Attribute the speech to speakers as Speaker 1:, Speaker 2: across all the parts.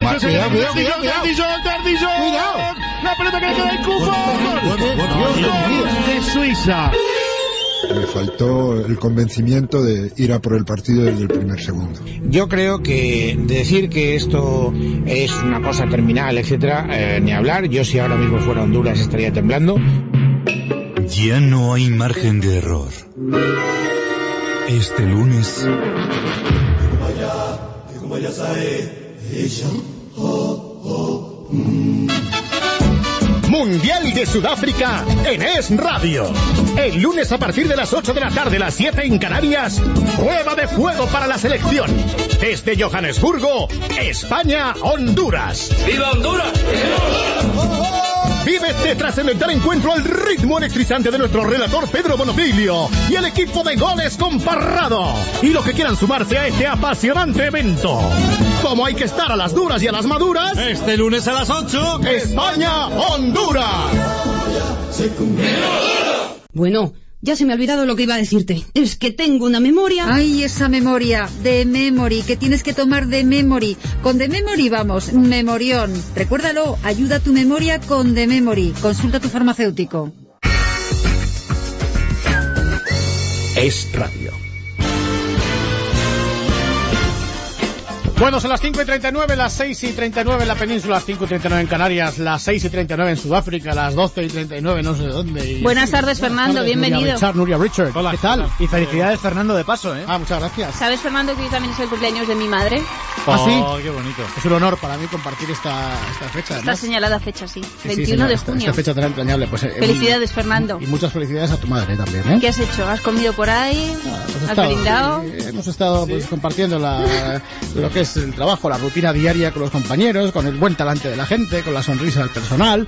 Speaker 1: Cuidado,
Speaker 2: Cuidado,
Speaker 1: cuidado,
Speaker 2: Tardillón,
Speaker 1: cuidado.
Speaker 2: Tardillón, Tardillón.
Speaker 1: Cuidado.
Speaker 2: La pelota que le queda al Cufo.
Speaker 1: Bueno, bueno, bueno,
Speaker 2: Gol
Speaker 1: Dios mío.
Speaker 2: de Suiza.
Speaker 3: Me faltó el convencimiento de ir a por el partido desde el primer segundo.
Speaker 4: Yo creo que decir que esto es una cosa terminal, etcétera, eh, ni hablar. Yo si ahora mismo fuera a Honduras estaría temblando.
Speaker 5: Ya no hay margen de error. Este lunes
Speaker 6: Mundial de Sudáfrica en Es Radio. El lunes a partir de las 8 de la tarde, las 7 en Canarias, prueba de fuego para la selección. Desde Johannesburgo, España, Honduras.
Speaker 7: ¡Viva Honduras!
Speaker 6: Vive este trascendental encuentro al ritmo electrizante de nuestro relator Pedro Bonofilio y el equipo de goles comparrado. Y los que quieran sumarse a este apasionante evento. Como hay que estar a las duras y a las maduras,
Speaker 1: Este lunes a las 8.
Speaker 6: España, Honduras.
Speaker 8: Bueno, ya se me ha olvidado lo que iba a decirte. Es que tengo una memoria.
Speaker 9: Ay, esa memoria, de memory, que tienes que tomar de memory. Con de memory vamos, memorión. Recuérdalo, ayuda a tu memoria con de memory. Consulta a tu farmacéutico.
Speaker 6: Es Radio.
Speaker 2: Bueno, son las 5 y 39, las 6 y 39 en la península, las 5 y 39 en Canarias, las 6 y 39 en Sudáfrica, las 12 y 39 no sé dónde. y-
Speaker 10: Buenas tardes, Fernando,
Speaker 2: Buenas tardes,
Speaker 10: bienvenido.
Speaker 2: Nuria Richard, Nuria Richard. ¿Qué tal?
Speaker 1: Y felicidades, Fernando, de paso, ¿eh?
Speaker 2: Ah, muchas gracias.
Speaker 10: ¿Sabes, Fernando, que hoy también es el cumpleaños de mi madre?
Speaker 2: Ah,
Speaker 1: Oh, qué bonito.
Speaker 2: Es un honor para mí compartir esta, esta fecha.
Speaker 10: Está
Speaker 2: además.
Speaker 10: señalada fecha, sí.
Speaker 2: Sí, sí,
Speaker 10: 21
Speaker 2: señora,
Speaker 10: de
Speaker 2: esta-
Speaker 10: junio.
Speaker 2: Esta fecha tan entrañable. Pues, eh,
Speaker 10: Felicidades, Fernando.
Speaker 2: Y muchas felicidades a tu madre también, ¿eh?
Speaker 10: ¿Qué has hecho? ¿Has comido por ahí?
Speaker 2: Ah, hemos
Speaker 10: ¿Has
Speaker 2: estado,
Speaker 10: brindado?
Speaker 2: eh, hemos estado pues, compartiendo la, lo que es el trabajo, la rutina diaria con los compañeros, con el buen talante de la gente, con la sonrisa del personal.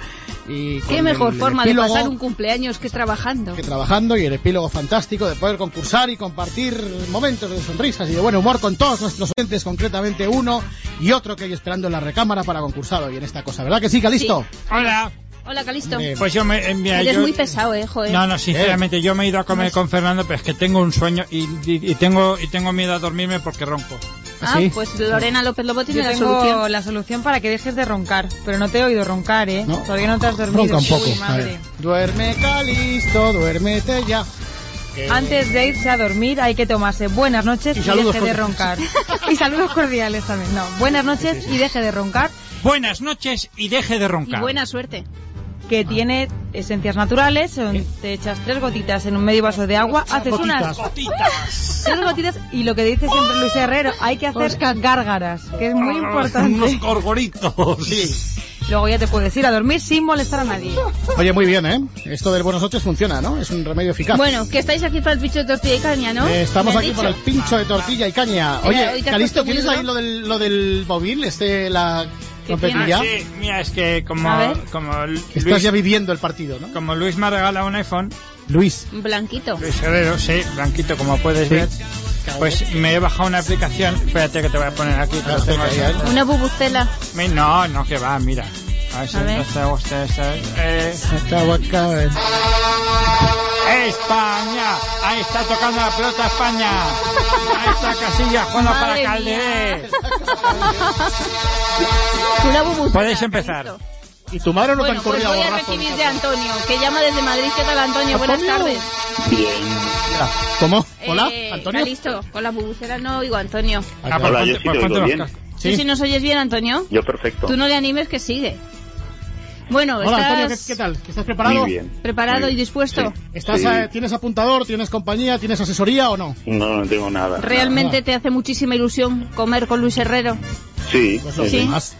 Speaker 2: Y con
Speaker 10: Qué mejor
Speaker 2: el
Speaker 10: forma de
Speaker 2: epílogo
Speaker 10: pasar un cumpleaños que trabajando.
Speaker 2: que trabajando y el epílogo fantástico de poder concursar y compartir momentos de sonrisas y de buen humor con todos nuestros oyentes, concretamente uno y otro que hay esperando en la recámara para concursar hoy en esta cosa, ¿verdad que sí, Calisto?
Speaker 1: Hola.
Speaker 10: Hola, Calisto.
Speaker 2: Eh,
Speaker 1: Pues yo me... eh, mira,
Speaker 10: Eres
Speaker 1: yo-
Speaker 10: muy pesado, eh, joder.
Speaker 1: No, no, sinceramente, yo me he ido a comer con Fernando, pero es que tengo un sueño y, y- y tengo y tengo miedo a dormirme porque ronco.
Speaker 10: Ah,
Speaker 2: ¿sí?
Speaker 10: pues Lorena López Lobo tiene
Speaker 11: Yo
Speaker 10: la
Speaker 11: tengo
Speaker 10: solución.
Speaker 11: la solución para que dejes de roncar, pero no te he oído roncar, ¿eh?
Speaker 2: No.
Speaker 11: Todavía no te has dormido.
Speaker 2: Ronca un poco.
Speaker 11: Uy,
Speaker 2: A
Speaker 11: madre.
Speaker 2: ver. Duerme, Calisto, duérmete ya. Que-
Speaker 11: Eh. Antes de irse a dormir hay que tomarse buenas noches
Speaker 2: Y
Speaker 11: y,
Speaker 2: saludos
Speaker 11: deje de
Speaker 2: cordiales.
Speaker 11: roncar. y saludos cordiales también. No, buenas noches y deje de roncar,
Speaker 1: Buenas noches y deje de
Speaker 10: Y
Speaker 1: roncar.
Speaker 10: buena suerte.
Speaker 11: que tiene esencias naturales, son- te echas tres gotitas en un medio vaso de agua, haces unas
Speaker 1: Gotitas.
Speaker 11: tres gotitas y lo que dice siempre Luis Herrero, hay que hacer gárgaras, que es muy
Speaker 1: Unos
Speaker 11: importante.
Speaker 1: gorgoritos.
Speaker 11: Luego ya te puedes ir a dormir sin molestar a nadie.
Speaker 2: Oye, muy bien, ¿eh? Esto del buenos noches funciona, ¿no? Es un remedio eficaz.
Speaker 10: Bueno, que estáis aquí para el bicho de tortilla y caña, ¿no?
Speaker 2: Eh, estamos
Speaker 10: ¿Me has
Speaker 2: aquí
Speaker 10: dicho?
Speaker 2: por el pincho de tortilla y caña.
Speaker 10: Eh, hoy
Speaker 2: Oye,
Speaker 10: te has
Speaker 2: Calisto,
Speaker 10: puesto muy
Speaker 2: ¿tienes
Speaker 10: duro.
Speaker 2: ahí lo del, lo del móvil? Este, la
Speaker 10: ¿Qué
Speaker 1: Ah,
Speaker 2: trompetilla.
Speaker 1: sí, mira, es que
Speaker 10: A
Speaker 1: como,
Speaker 10: ver.
Speaker 1: como,
Speaker 2: Que Estás
Speaker 1: Luis,
Speaker 2: ya viviendo el partido, ¿no?
Speaker 1: como Luis me ha regalado un iPhone,
Speaker 2: Luis.
Speaker 10: Blanquito.
Speaker 1: Luis Herrero, sí, blanquito como puedes ver, pues me he bajado una aplicación, espérate que te voy a poner aquí, que lo tengo
Speaker 2: Ahí,
Speaker 1: aquí.
Speaker 2: ahí.
Speaker 10: Una bubucela.
Speaker 1: Mi- No, no, que va, mira. A ver si
Speaker 10: A ver.
Speaker 1: no te gusta esta- eh,
Speaker 2: Acabo, acabo.
Speaker 1: España, ahí está tocando la pelota España. Ahí está Casilla jugando para
Speaker 10: Madre
Speaker 1: Calderé.
Speaker 10: Una bubucela.
Speaker 1: Podéis empezar.
Speaker 10: Calisto.
Speaker 2: ¿Y tu madre no te
Speaker 10: Bueno,
Speaker 2: han
Speaker 10: pues
Speaker 2: corrido
Speaker 10: voy a
Speaker 2: borrazo?
Speaker 10: recibir de Antonio, que llama desde Madrid. ¿Qué tal, Antonio? Buenas
Speaker 2: Antonio.
Speaker 10: tardes.
Speaker 2: ¿Cómo? ¿Hola?
Speaker 10: Eh,
Speaker 2: ¿Antonio?
Speaker 10: Calisto, con la bubucela no oigo a Antonio.
Speaker 2: Ah,
Speaker 1: pues
Speaker 2: claro.
Speaker 7: Hola, yo
Speaker 1: ponte-
Speaker 7: sí
Speaker 1: pues
Speaker 7: te
Speaker 1: ponte
Speaker 7: oigo
Speaker 1: los
Speaker 7: bien.
Speaker 1: cascos.
Speaker 10: ¿Sí? ¿Tú si nos oyes bien, Antonio?
Speaker 7: Yo perfecto.
Speaker 10: Tú no le animes que sigue. Bueno,
Speaker 2: Hola,
Speaker 10: ¿estás
Speaker 2: Antonio, ¿qué, qué tal? ¿Estás preparado?
Speaker 7: Muy bien.
Speaker 10: preparado
Speaker 7: Muy
Speaker 10: y
Speaker 7: bien.
Speaker 10: dispuesto?
Speaker 7: Sí.
Speaker 2: ¿Estás,
Speaker 7: Sí.
Speaker 2: eh, ¿Tienes apuntador? ¿Tienes compañía? ¿Tienes asesoría o no?
Speaker 7: No, no tengo nada.
Speaker 10: ¿Realmente
Speaker 2: nada.
Speaker 10: te hace muchísima ilusión comer con Luis Herrero?
Speaker 7: nada. Sí.
Speaker 2: Pues
Speaker 10: Sí.
Speaker 2: demás.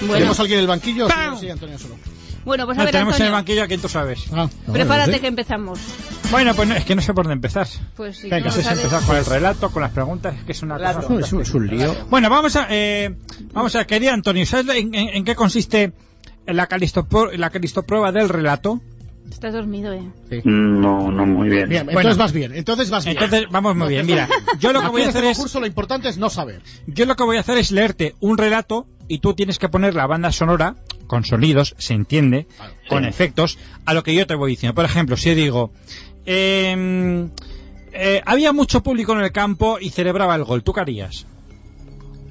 Speaker 10: Bueno,
Speaker 2: ¿Tenemos alguien en el banquillo? Sí,
Speaker 1: ¡Pam!
Speaker 2: sí, Antonio solo.
Speaker 10: bueno pues a
Speaker 1: No,
Speaker 10: ver,
Speaker 1: tenemos en el
Speaker 10: Antonio,
Speaker 1: banquillo a quien tú sabes.
Speaker 2: Ah, no,
Speaker 10: prepárate
Speaker 2: sí.
Speaker 10: que empezamos.
Speaker 1: Bueno, pues no, es que no sé por dónde empezar.
Speaker 10: Pues si
Speaker 2: Venga,
Speaker 10: no
Speaker 1: No sé si
Speaker 10: sabes...
Speaker 1: empezar con el relato, con las preguntas, es que es una cosa...
Speaker 2: No, es un, es un lío.
Speaker 1: Bueno, vamos a, eh, vamos a, querido Antonio, ¿sabes en, en- en qué consiste la, calistopro- la calistoprueba del relato?
Speaker 10: Estás dormido, eh.
Speaker 7: Mm, No, no, muy bien.
Speaker 2: Bien, entonces vas bien, entonces vas bien.
Speaker 1: Entonces, vamos muy bien, mira, yo lo que
Speaker 2: Aquí
Speaker 1: voy a
Speaker 2: en
Speaker 1: hacer
Speaker 2: este
Speaker 1: es,
Speaker 2: concurso lo importante es no saber.
Speaker 1: yo lo que voy a hacer es leerte un relato y tú tienes que poner la banda sonora con sonidos, se entiende, con
Speaker 7: Sí.
Speaker 1: efectos, a lo que yo te voy diciendo. Por ejemplo, si digo, eh, eh, había mucho público en el campo y celebraba el gol, ¿tú qué harías?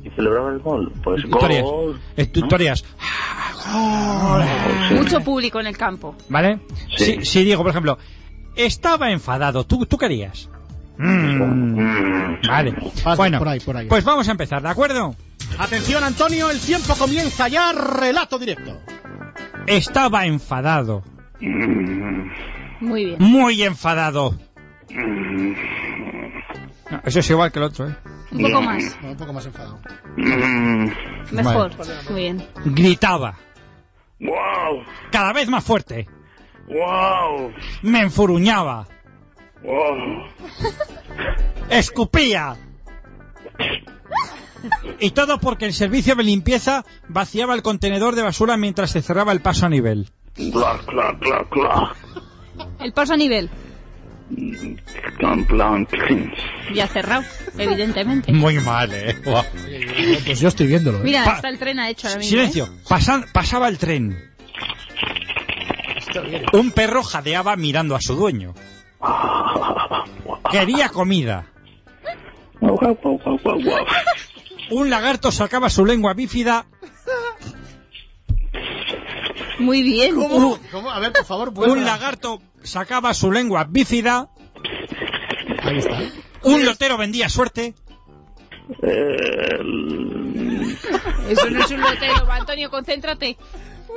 Speaker 7: y celebraba el gol. Pues
Speaker 1: Historias.
Speaker 7: gol.
Speaker 1: Eh, tu- historias.
Speaker 10: Mucho público en el campo.
Speaker 1: ¿Vale? Si, si digo, por ejemplo, estaba enfadado, ¿tú, tú querías?
Speaker 7: Mm.
Speaker 1: Vale. bueno, pues vamos a empezar, ¿de acuerdo?
Speaker 2: Atención, Antonio, el tiempo comienza ya. Relato directo.
Speaker 1: Estaba enfadado.
Speaker 10: Muy bien.
Speaker 1: Muy enfadado. No, eso es igual que el otro, ¿eh?
Speaker 10: Un poco más.
Speaker 2: un poco más enfadado.
Speaker 7: Mm.
Speaker 10: Mejor. Muy bien.
Speaker 1: Gritaba.
Speaker 7: ¡Wow!
Speaker 1: Cada vez más fuerte.
Speaker 7: ¡Wow!
Speaker 1: Me enfuruñaba.
Speaker 7: ¡Wow!
Speaker 1: Escupía. Y todo porque el servicio de limpieza vaciaba el contenedor de basura mientras se cerraba el paso a nivel.
Speaker 7: ¡Clac, clac, clac, clac!
Speaker 10: El paso a nivel.
Speaker 7: Plan, plan, clink.
Speaker 10: Ya cerrado, evidentemente.
Speaker 1: Muy mal, eh.
Speaker 2: Pues yo estoy viéndolo.
Speaker 10: Mira,
Speaker 1: Pa-
Speaker 10: hasta el tren ha hecho ahora mismo.
Speaker 1: ¿eh?
Speaker 10: ¿eh?
Speaker 1: Silencio. Pasan- pasaba el tren. Un perro jadeaba mirando a su dueño. Quería comida. Un lagarto sacaba su lengua bífida.
Speaker 10: ¿eh? Muy bien.
Speaker 1: Un,
Speaker 2: ¿Cómo? A ver, por favor, vuelve.
Speaker 1: un lagarto sacaba su lengua bífida.
Speaker 2: Ahí está.
Speaker 1: Un lotero vendía suerte.
Speaker 10: Eso no es un lotero, va, Antonio, concéntrate.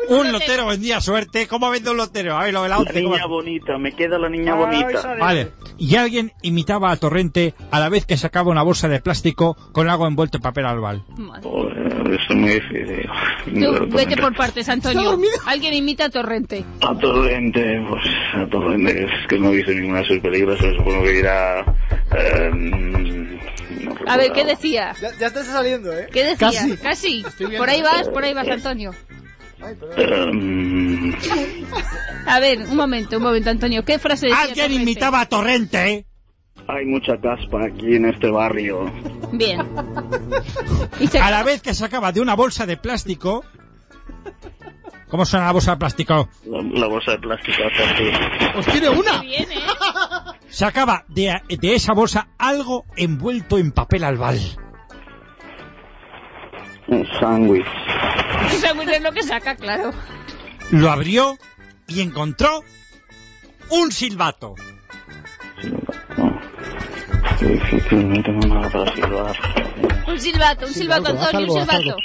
Speaker 1: Un lotero vendía suerte. ¿Cómo vende un lotero? A ver, lo de la
Speaker 7: La
Speaker 1: once, ¿cómo-
Speaker 7: niña bonita, me queda la niña bonita.
Speaker 1: Vale. Y alguien imitaba a Torrente a la vez que sacaba una bolsa de plástico con algo envuelto en papel albal.
Speaker 10: Madre.
Speaker 7: Joder, Eso es muy difícil.
Speaker 10: Tú, vete por partes, Antonio. Alguien imita a Torrente.
Speaker 7: A Torrente, pues a Torrente, es que no he visto ninguna de sus películas, pero supongo que irá... eh, no
Speaker 10: A ver,
Speaker 7: recuerdo.
Speaker 10: ¿qué decía?
Speaker 12: Ya, ya estás saliendo, ¿eh?
Speaker 10: ¿Qué decía?
Speaker 12: Casi.
Speaker 10: Casi.
Speaker 12: viendo.
Speaker 10: Por ahí vas, por ahí vas, Antonio.
Speaker 7: Eh,
Speaker 10: A ver, un momento, un momento, Antonio. ¿Qué frase decía
Speaker 1: Alguien
Speaker 10: Torrente?
Speaker 1: imitaba a Torrente. ¿eh?
Speaker 7: hay mucha caspa aquí en este barrio.
Speaker 10: Bien.
Speaker 1: A la vez que sacaba de una bolsa de plástico. ¿Cómo suena la bolsa de plástico?
Speaker 7: La, la bolsa de plástico está aquí.
Speaker 2: ¡Os tiene una!
Speaker 10: ¿eh?
Speaker 1: Sacaba de, de esa bolsa algo envuelto en papel albal.
Speaker 7: Un sándwich.
Speaker 10: O sea, muy bien lo que saca, claro.
Speaker 1: Lo abrió y encontró un silbato.
Speaker 7: Qué difícil, no tengo nada para silbar.
Speaker 10: Un silbato, un silbato,
Speaker 7: Silbato, haz
Speaker 10: Antonio,
Speaker 7: algo,
Speaker 10: un
Speaker 7: haz
Speaker 10: silbato.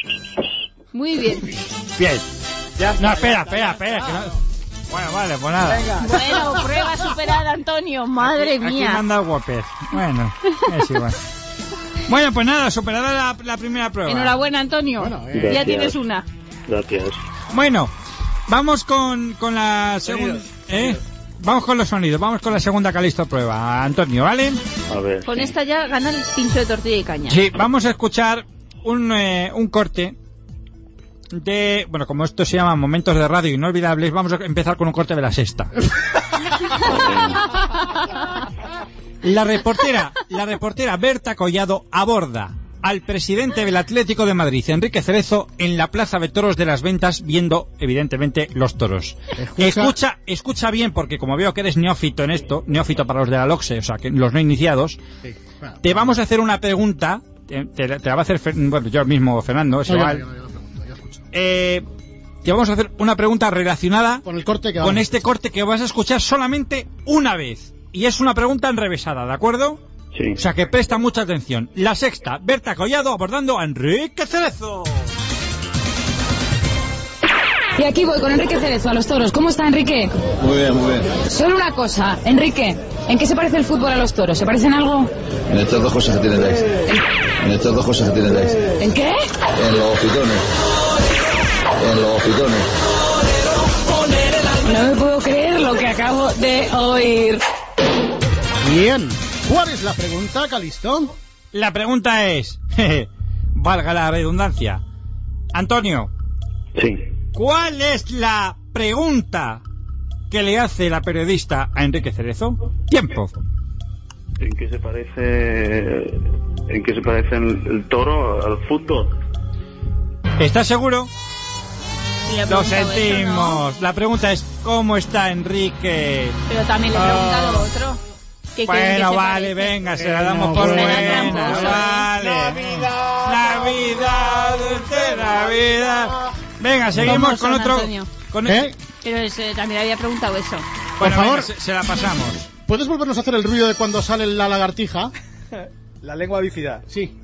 Speaker 10: Muy bien.
Speaker 1: Bien. no, espera, espera, espera. que no- Bueno, vale, pues nada.
Speaker 10: Bueno, prueba superada, Antonio. Madre
Speaker 1: Aquí
Speaker 10: mía.
Speaker 1: manda Whopper. Bueno, es igual. Bueno, pues nada, superada la, la primera prueba.
Speaker 10: Enhorabuena, Antonio. ya
Speaker 1: Gracias.
Speaker 10: tienes una.
Speaker 7: Gracias.
Speaker 1: Bueno, vamos con, con la segunda. ¿eh? Vamos con los sonidos, vamos con la segunda Calisto prueba. Antonio, ¿vale?
Speaker 7: A ver.
Speaker 10: Con esta ya gana el pincho de tortilla y caña.
Speaker 1: Sí, vamos a escuchar un, eh, un corte de. Bueno, como esto se llama Momentos de Radio Inolvidables, vamos a empezar con un corte de la sexta. La reportera, la reportera Berta Collado aborda al presidente del Atlético de Madrid, Enrique Cerezo, en la Plaza de Toros de las Ventas, viendo, evidentemente, los toros. Escucha, escucha, bien, porque como veo que eres neófito en esto, neófito para los de la LOXE, o sea, que los no iniciados, te vamos a hacer una pregunta, te, te la te la va a hacer, Fer- bueno, yo mismo, Fernando, es
Speaker 2: No, yo
Speaker 1: igual. Eh, te vamos a hacer una pregunta relacionada
Speaker 2: Con el corte que
Speaker 1: con
Speaker 2: vamos.
Speaker 1: este corte que vas a escuchar solamente una vez. Y es una pregunta enrevesada, ¿de acuerdo?
Speaker 7: Sí.
Speaker 1: O sea que presta mucha atención. La sexta, Berta Collado abordando a Enrique Cerezo.
Speaker 13: Y aquí voy con Enrique Cerezo a los toros. ¿Cómo está Enrique?
Speaker 14: Muy bien, muy bien.
Speaker 13: Solo una cosa, Enrique, ¿en qué se parece el fútbol a los toros? ¿Se parecen algo?
Speaker 14: En estas dos cosas que tienen de éxito. En estas dos cosas que tienen de éxito.
Speaker 13: ¿En qué?
Speaker 14: En los pitones. En los pitones.
Speaker 13: No me puedo creer lo que acabo de oír.
Speaker 1: este.
Speaker 2: Bien. ¿Cuál es la pregunta, Calistón?
Speaker 1: La pregunta es, jeje, valga la redundancia, Antonio,
Speaker 7: Sí.
Speaker 1: ¿cuál es la pregunta que le hace la periodista a Enrique Cerezo? Tiempo.
Speaker 7: ¿En qué se parece... ¿En qué se parece el, el toro al fútbol?
Speaker 1: ¿Estás seguro?
Speaker 10: Le ha
Speaker 1: Lo
Speaker 10: preguntado eso, ¿no?
Speaker 1: sentimos. La pregunta es, ¿cómo está Enrique?
Speaker 10: Pero también le he preguntado a otro. ¿Qué creen que
Speaker 1: Ah. Bueno,
Speaker 10: este? se Pues
Speaker 1: vale,
Speaker 10: parece?
Speaker 1: venga, se la damos por buena. Vale. Navidad, Navidad, dulce Navidad. Venga, seguimos
Speaker 10: Vamos,
Speaker 1: con
Speaker 10: San
Speaker 1: otro.
Speaker 10: Antonio.
Speaker 1: Con
Speaker 2: ¿Eh?
Speaker 1: este.
Speaker 10: Pero ese, también había preguntado eso.
Speaker 1: Bueno,
Speaker 2: favor.
Speaker 1: venga, se, se la pasamos.
Speaker 2: ¿Puedes volvernos a hacer el ruido de cuando sale la lagartija?
Speaker 12: La lengua bífida.
Speaker 2: Sí.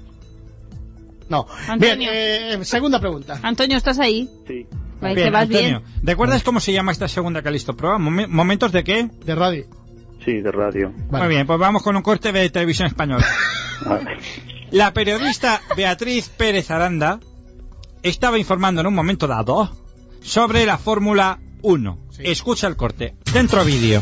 Speaker 2: No.
Speaker 10: Antonio.
Speaker 2: Bien, eh, segunda pregunta.
Speaker 10: Antonio, ¿estás ahí?
Speaker 7: Sí.
Speaker 10: Vale, te vas
Speaker 1: Antonio,
Speaker 10: bien.
Speaker 1: ¿recuerdas cómo se llama esta segunda Calisto Proa? Momen- ¿Momentos de qué?
Speaker 2: De radio.
Speaker 7: Sí, de radio.
Speaker 1: Muy bien, pues vamos con un corte de televisión española.
Speaker 7: Vale.
Speaker 1: La periodista Beatriz Pérez Aranda estaba informando en un momento dado sobre la Fórmula 1. Escucha el corte. Dentro vídeo.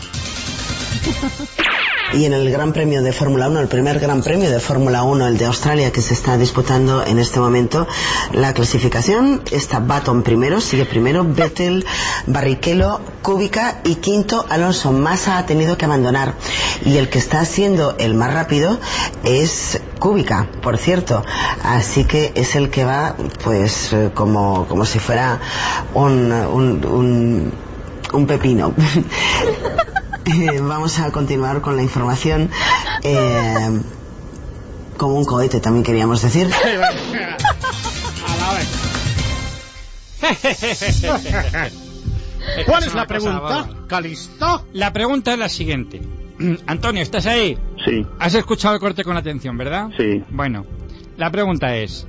Speaker 15: Y en el Gran Premio de Fórmula 1, el primer Gran Premio de Fórmula 1, el de Australia, que se está disputando en este momento, la clasificación está Baton primero, sigue primero Vettel, Barrichello, Kubica y quinto Alonso. Massa ha tenido que abandonar. Y el que está siendo el más rápido es Kubica, por cierto. Así que es el que va, pues, eh, como, como si fuera un- un- un, un pepino. Eh, Vamos a continuar con la información. eh, como un cohete también queríamos decir.
Speaker 2: ¿Cuál es la
Speaker 1: una cosa
Speaker 2: pregunta,
Speaker 1: bárbara.
Speaker 2: Calisto?
Speaker 1: La pregunta es la siguiente. Antonio, ¿estás ahí?
Speaker 7: Sí.
Speaker 1: Has escuchado el corte con atención, ¿verdad?
Speaker 7: Sí.
Speaker 1: Bueno, la pregunta es...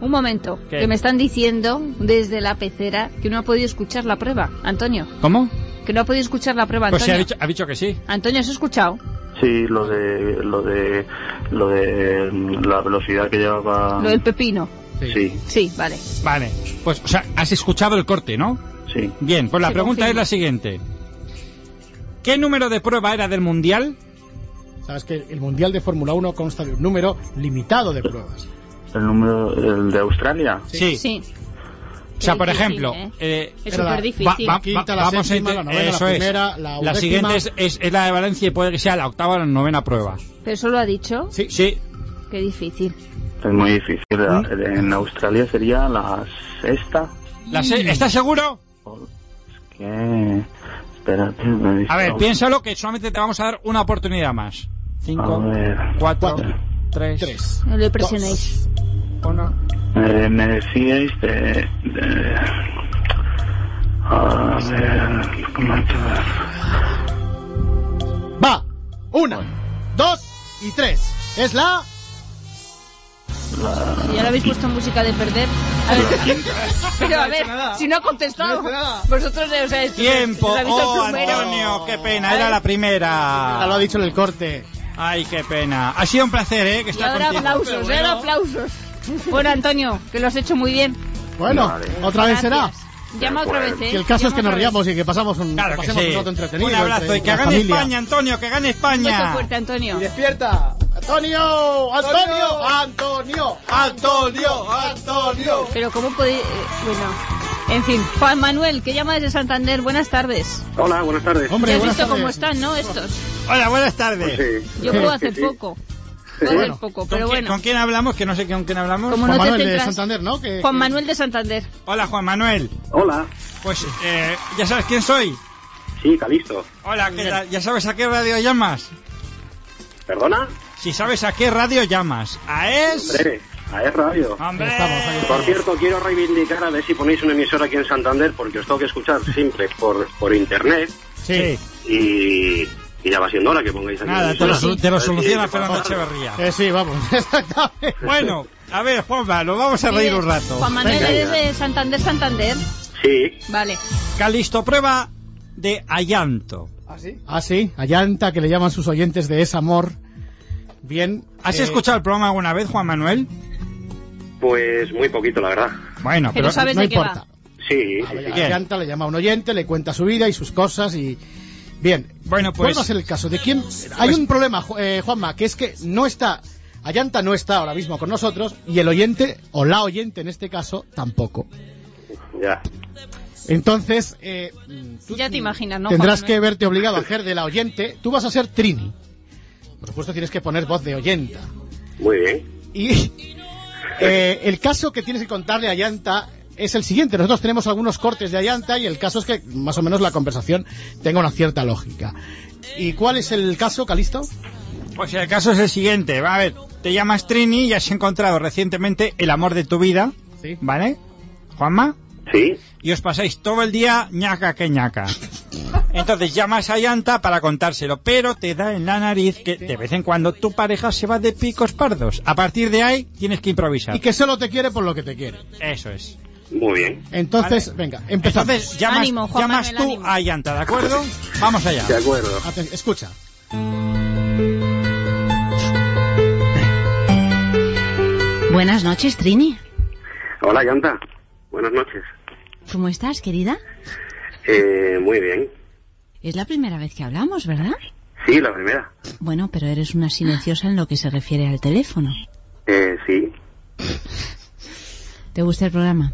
Speaker 10: Un momento,
Speaker 1: ¿Qué?
Speaker 10: que me están diciendo desde la pecera que no ha podido escuchar la prueba, Antonio.
Speaker 1: ¿Cómo?
Speaker 10: Que no ha podido escuchar la prueba,
Speaker 1: Pues sí,
Speaker 10: Pues Antonio.
Speaker 1: ha dicho, ha dicho que sí.
Speaker 10: Antonio, ¿has escuchado?
Speaker 7: Sí, lo de, lo de, lo de mm, la velocidad que llevaba.
Speaker 10: Lo del pepino.
Speaker 7: Sí,
Speaker 10: Sí, vale.
Speaker 1: Vale, pues, o sea, has escuchado el corte, ¿no?
Speaker 7: sí.
Speaker 1: Bien, pues la
Speaker 7: Se
Speaker 1: pregunta
Speaker 7: confirma.
Speaker 1: es la siguiente. ¿Qué número de prueba era del Mundial?
Speaker 2: Sabes que el Mundial de Fórmula 1 consta de un número limitado de pruebas.
Speaker 7: El número, el de Australia.
Speaker 1: Sí. O sea, por ejemplo, eh,
Speaker 2: Es
Speaker 1: era la-
Speaker 2: superdifícil.
Speaker 1: va- va-
Speaker 2: Quinta, la
Speaker 1: va- vamos a
Speaker 2: séptima,
Speaker 1: inte-
Speaker 2: la novena, la
Speaker 1: eso es.
Speaker 2: primera, la
Speaker 1: La
Speaker 2: undécima.
Speaker 1: siguiente es, es- es la de Valencia y puede que sea la octava o la novena prueba.
Speaker 10: Pero eso lo ha dicho.
Speaker 2: Sí.
Speaker 1: Sí.
Speaker 10: Qué difícil.
Speaker 7: Es muy difícil. la- En Australia sería la sexta.
Speaker 1: La
Speaker 10: Mm.
Speaker 1: se- ¿Estás seguro?
Speaker 7: Que... Espérate, me he visto-
Speaker 1: A ver, piénsalo que solamente te vamos a dar una oportunidad más.
Speaker 7: A
Speaker 1: Cinco,
Speaker 7: ver,
Speaker 1: cuatro, tres,
Speaker 10: No le presionéis.
Speaker 1: uno.
Speaker 7: eh, me decíais de. de- A ver, ¿cómo empezar?
Speaker 2: Va. Una, dos y tres. Es la...
Speaker 10: Si ya le habéis puesto música de perder. A ver, pero a ver, si no ha contestado, vosotros, eh, o sea, es-
Speaker 1: Tiempo.
Speaker 10: os habéis dado
Speaker 1: Oh,
Speaker 10: el plumero.
Speaker 1: Antonio, qué pena. Era la primera.
Speaker 2: Lo ha dicho en el corte.
Speaker 1: Ay, qué pena. Ha sido un placer, ¿eh? Que
Speaker 10: Y
Speaker 1: está
Speaker 10: ahora
Speaker 1: contigo.
Speaker 10: aplausos, y ahora aplausos. Bueno, Antonio, que lo has hecho muy bien.
Speaker 2: Bueno, otra vez será.
Speaker 10: Llama otra vez, ¿eh?
Speaker 2: Que el caso es
Speaker 10: Llama
Speaker 2: que nos
Speaker 10: otra vez.
Speaker 2: riamos y que pasamos un,
Speaker 1: Claro que
Speaker 2: pasemos
Speaker 1: sí.
Speaker 2: un rato entretenido.
Speaker 1: Un abrazo
Speaker 2: entre
Speaker 1: y que
Speaker 2: la
Speaker 1: gane
Speaker 2: familia.
Speaker 1: España, Antonio, que gane España.
Speaker 10: Beso fuerte, Antonio.
Speaker 12: ¡Despierta!
Speaker 2: Antonio, Antonio, Antonio, Antonio, Antonio.
Speaker 10: Pero cómo puede... eh, bueno, en fin. Juan Manuel, que llama desde Santander, buenas tardes.
Speaker 16: Hola, buenas
Speaker 2: Oh,
Speaker 16: tardes.
Speaker 10: Ya has visto cómo están, ¿no? Estos.
Speaker 1: Hola, buenas tardes.
Speaker 10: Yo puedo hacer poco. Puedo
Speaker 1: Bueno,
Speaker 10: hacer poco,
Speaker 1: ¿Con,
Speaker 10: Pues pero
Speaker 1: quién,
Speaker 10: bueno.
Speaker 1: con quién hablamos? Que no sé con quién hablamos.
Speaker 10: Como no te centras-
Speaker 2: ¿no? Que-
Speaker 10: Juan Manuel de Santander.
Speaker 1: Hola, Juan Manuel.
Speaker 16: Hola.
Speaker 1: Pues, eh, ¿ya sabes quién soy?
Speaker 16: Sí, Calisto.
Speaker 1: Hola, ¿qué tal? ¿ya sabes a qué radio llamas?
Speaker 16: ¿Perdona?
Speaker 1: Si sabes a qué radio llamas. ¿A es?
Speaker 16: Hombre, a Es Radio.
Speaker 1: Hombre.
Speaker 16: Por cierto, quiero reivindicar a ver si ponéis una emisora aquí en Santander porque os tengo que escuchar siempre por, por internet
Speaker 1: Sí.
Speaker 16: y, y ya va siendo hora que pongáis aquí.
Speaker 1: Nada,
Speaker 16: una
Speaker 1: te lo,
Speaker 16: emisora.
Speaker 1: su- te lo
Speaker 16: A ver si-
Speaker 1: soluciona
Speaker 16: si
Speaker 1: Fernando
Speaker 16: pasa algo.
Speaker 1: Echeverría.
Speaker 2: Eh, sí, vamos. Exactamente.
Speaker 1: Bueno, a ver, Juanma, nos vamos a reír un rato.
Speaker 10: Juan Manuel,
Speaker 1: Venga.
Speaker 10: ¿eres de Santander, Santander?
Speaker 16: Sí.
Speaker 10: Vale.
Speaker 1: Calisto, prueba de Allanto.
Speaker 2: Ah, sí, Allanta, que le llaman sus oyentes de Es Amor. Bien.
Speaker 1: ¿Has
Speaker 2: eh,
Speaker 1: escuchado el programa alguna vez, Juan Manuel?
Speaker 16: Pues muy poquito, la verdad.
Speaker 1: Bueno,
Speaker 2: Pero
Speaker 1: pero...
Speaker 2: sabes No de qué importa.
Speaker 16: Sí.
Speaker 2: a Allanta le llama a un oyente, le cuenta su vida y sus cosas y... Bien.
Speaker 1: Bueno, pues-
Speaker 2: ¿Cuál va a ser el caso? ¿De quién? Hay un problema, Ju- eh, Juanma, que es que no está... Allanta no está ahora mismo con nosotros y el oyente, o la oyente en este caso, tampoco.
Speaker 16: Ya.
Speaker 2: Entonces, eh,
Speaker 10: Ya te imaginas, ¿no?
Speaker 2: tendrás
Speaker 10: Juan
Speaker 2: que
Speaker 10: Manuel?
Speaker 2: verte obligado a hacer de la oyente. Tú vas a ser Trini. Por supuesto, tienes que poner voz de oyenta.
Speaker 16: Muy bien.
Speaker 2: Y eh, el caso que tienes que contarle a Yanta es el siguiente. Nosotros tenemos algunos cortes de Ayanta y el caso es que más o menos la conversación tenga una cierta lógica. ¿Y cuál es el caso, Calisto?
Speaker 1: Pues el caso es el siguiente, va a ver, Te llamas Trini y has encontrado recientemente el amor de tu vida. ¿Vale? Juanma.
Speaker 7: Sí.
Speaker 1: Y os pasáis todo el día ñaca que ñaca. Entonces llamas a Yanta para contárselo, pero te da en la nariz que de vez en cuando tu pareja se va de picos pardos. A partir de ahí tienes que improvisar.
Speaker 2: Y que solo te quiere por lo que te quiere.
Speaker 1: Eso es.
Speaker 7: Muy bien.
Speaker 2: Entonces, venga, empezamos.
Speaker 1: Entonces llamas, llamas tú a Yanta, ¿de acuerdo? Vamos allá.
Speaker 7: De acuerdo.
Speaker 2: Aten- Escucha.
Speaker 17: Buenas noches, Trini.
Speaker 7: Hola, Yanta. Buenas noches.
Speaker 17: ¿Cómo estás, querida?
Speaker 7: Eh, muy bien.
Speaker 17: Es la primera vez que hablamos, ¿verdad?
Speaker 7: Sí, la primera.
Speaker 17: Bueno, pero eres una silenciosa en lo que se refiere al teléfono.
Speaker 7: Eh, sí.
Speaker 17: ¿Te gusta el programa?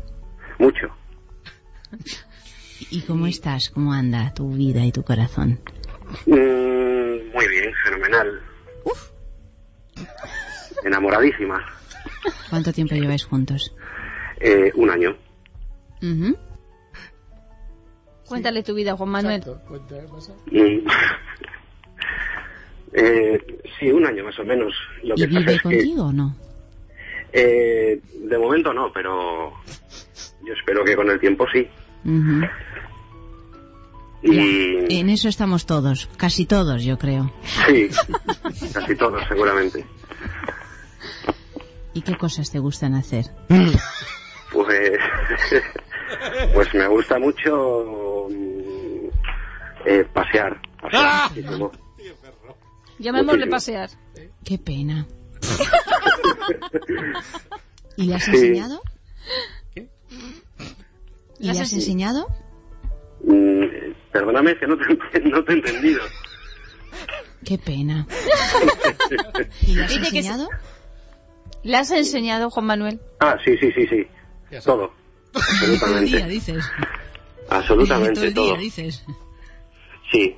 Speaker 7: Mucho.
Speaker 17: ¿Y cómo estás? ¿Cómo anda tu vida y tu corazón?
Speaker 7: Mm, muy bien, fenomenal. Enamoradísima.
Speaker 17: ¿Cuánto tiempo lleváis juntos?
Speaker 7: Eh, un año.
Speaker 17: Ujú.
Speaker 10: Cuéntale tu vida, Juan Manuel.
Speaker 7: Mm. Eh, sí, un año más o menos. Lo
Speaker 17: ¿Y
Speaker 7: que pasa
Speaker 17: vive
Speaker 7: es que,
Speaker 17: contigo o no?
Speaker 7: eh, de momento no, pero yo espero que con el tiempo sí.
Speaker 17: Ujú.
Speaker 7: Y
Speaker 17: En eso estamos todos, casi todos, yo creo. Eh.
Speaker 7: sí, casi todos seguramente.
Speaker 17: ¿Y qué cosas te gustan hacer?
Speaker 7: Pues, pues me gusta mucho mm, eh, pasear. pasear muchísimo.
Speaker 10: Llamémosle pasear.
Speaker 17: Qué pena. ¿Y le has
Speaker 7: Sí.
Speaker 17: enseñado? ¿Y
Speaker 10: ¿Le
Speaker 17: le
Speaker 10: has
Speaker 17: has enseñado?
Speaker 7: Mm, eh, perdóname que no te, no te he entendido.
Speaker 17: Qué pena.
Speaker 10: ¿Y
Speaker 17: ¿Le has enseñado?
Speaker 10: ¿Le has enseñado, Juan Manuel?
Speaker 7: Ah, sí, sí, sí, sí. Todo.
Speaker 17: día,
Speaker 7: Absolutamente.
Speaker 17: dices.
Speaker 7: Absolutamente
Speaker 17: Todo el
Speaker 7: todo.
Speaker 17: día, dices.
Speaker 7: Sí.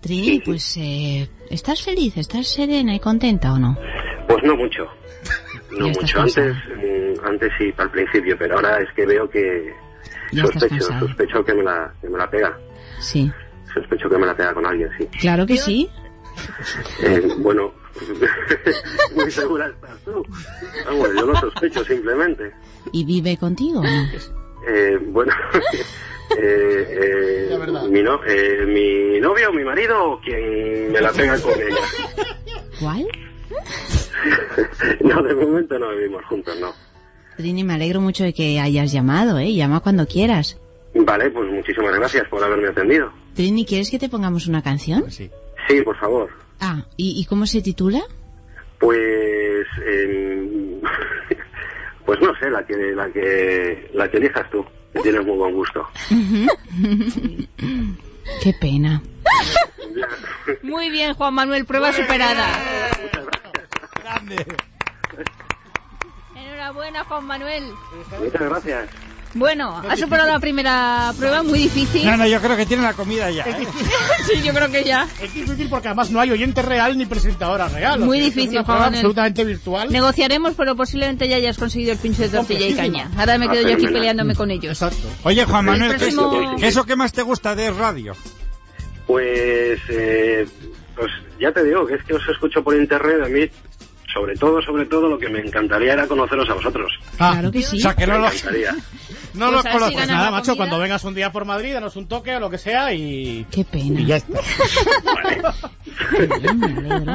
Speaker 17: Trini, pues, eh, ¿estás feliz? ¿Estás serena y contenta o no?
Speaker 7: Pues no mucho. No
Speaker 17: Ya estás
Speaker 7: mucho. Antes, mm, antes sí, al principio, pero ahora es que veo que
Speaker 17: Ya estás
Speaker 7: sospecho,
Speaker 17: cansada.
Speaker 7: sospecho que me la, que me la pega.
Speaker 17: Sí.
Speaker 7: Sospecho que me la pega con alguien, sí.
Speaker 17: Claro que sí.
Speaker 7: Eh, bueno, muy segura estás tú. Ah, bueno, yo lo sospecho simplemente.
Speaker 17: ¿Y vive contigo o no?
Speaker 7: Eh, bueno, eh, eh, mi, no- eh, mi novio, mi marido, quien me la pega con ella.
Speaker 17: ¿Cuál?
Speaker 7: No, de momento no vivimos juntos, no.
Speaker 17: Trini, me alegro mucho de que hayas llamado, ¿eh? Llama cuando quieras.
Speaker 7: Vale, pues muchísimas gracias por haberme atendido.
Speaker 17: Trini, ¿quieres que te pongamos una canción?
Speaker 7: Sí, por favor.
Speaker 17: Ah, ¿y, y cómo se titula?
Speaker 7: Pues, em, pues no sé, la que, la que, la que elijas tú. que Tienes muy buen gusto.
Speaker 17: Qué pena.
Speaker 10: Muy bien, Juan Manuel, prueba superada. Enhorabuena, Juan Manuel.
Speaker 7: Muchas gracias.
Speaker 10: Bueno, ha superado la primera prueba, muy difícil.
Speaker 1: No, no, yo creo que tiene la comida ya. ¿eh?
Speaker 10: sí, yo creo que ya.
Speaker 2: Es difícil porque además no hay oyente real ni presentadora real. o
Speaker 10: Muy
Speaker 2: sea, es
Speaker 10: difícil,
Speaker 2: una
Speaker 10: Juan
Speaker 2: prueba
Speaker 10: Manuel.
Speaker 2: absolutamente virtual.
Speaker 10: Negociaremos, pero posiblemente ya hayas conseguido el pincho de tortilla y caña. Ahora me quedo yo aquí peleándome con ellos.
Speaker 2: Exacto.
Speaker 1: Oye, Juan Manuel, ¿qué es,
Speaker 10: próximo-
Speaker 1: qué es lo que más te gusta de radio?
Speaker 7: Pues, eh, pues ya te digo que es que os escucho por internet a mí. Sobre todo, sobre todo, lo que me encantaría era conoceros a vosotros.
Speaker 17: claro
Speaker 7: Ah.
Speaker 17: que sí.
Speaker 1: O sea, que no
Speaker 7: me
Speaker 1: lo...
Speaker 7: encantaría.
Speaker 2: No
Speaker 10: Pues
Speaker 2: los
Speaker 10: a ver si
Speaker 2: conoces
Speaker 10: ganas
Speaker 2: nada,
Speaker 10: la
Speaker 2: macho.
Speaker 10: comida.
Speaker 2: Cuando vengas un día por Madrid, danos un toque o lo que sea y...
Speaker 17: Qué pena.
Speaker 2: y ya está.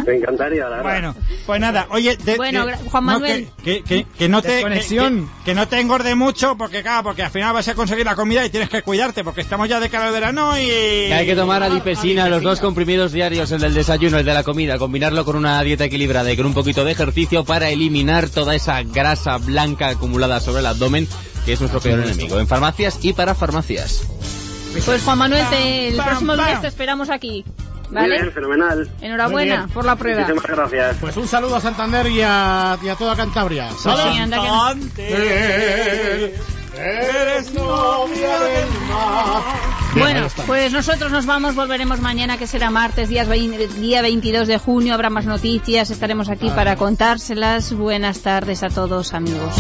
Speaker 7: Me encantaría, la verdad.
Speaker 1: Bueno, pues nada, oye... de-
Speaker 10: Bueno,
Speaker 1: de-
Speaker 10: gra- Juan
Speaker 1: no,
Speaker 10: Manuel.
Speaker 1: que, que- que no te... Que,
Speaker 2: Desconexión.
Speaker 1: que- que no te engorde mucho, porque claro, porque al final vas a conseguir la comida y tienes que cuidarte, porque estamos ya de cara al verano y...
Speaker 18: Que hay que tomar adipesina, los dos comprimidos diarios, el del desayuno, el de la comida, combinarlo con una dieta equilibrada y con un poquito de ejercicio para eliminar toda esa grasa blanca acumulada sobre el abdomen, que es nuestro peor enemigo, en farmacias y para farmacias.
Speaker 10: Pues Juan Manuel, te- el
Speaker 1: Pam,
Speaker 10: próximo
Speaker 1: pam.
Speaker 10: lunes te esperamos aquí.
Speaker 7: Muy
Speaker 10: ¿Vale?
Speaker 7: bien, fenomenal.
Speaker 10: Enhorabuena
Speaker 2: Muy bien.
Speaker 10: por la prueba.
Speaker 7: Muchísimas gracias.
Speaker 2: Pues un saludo a Santander y a, y a toda Cantabria.
Speaker 10: Pues Sí,
Speaker 2: ¿Vale?
Speaker 10: anda que no.
Speaker 2: Eres novia del
Speaker 10: Bueno, pues nosotros nos vamos, volveremos mañana, que será martes, días vein- día 22 de junio. Habrá más noticias, estaremos aquí para contárselas. Buenas tardes a todos, amigos.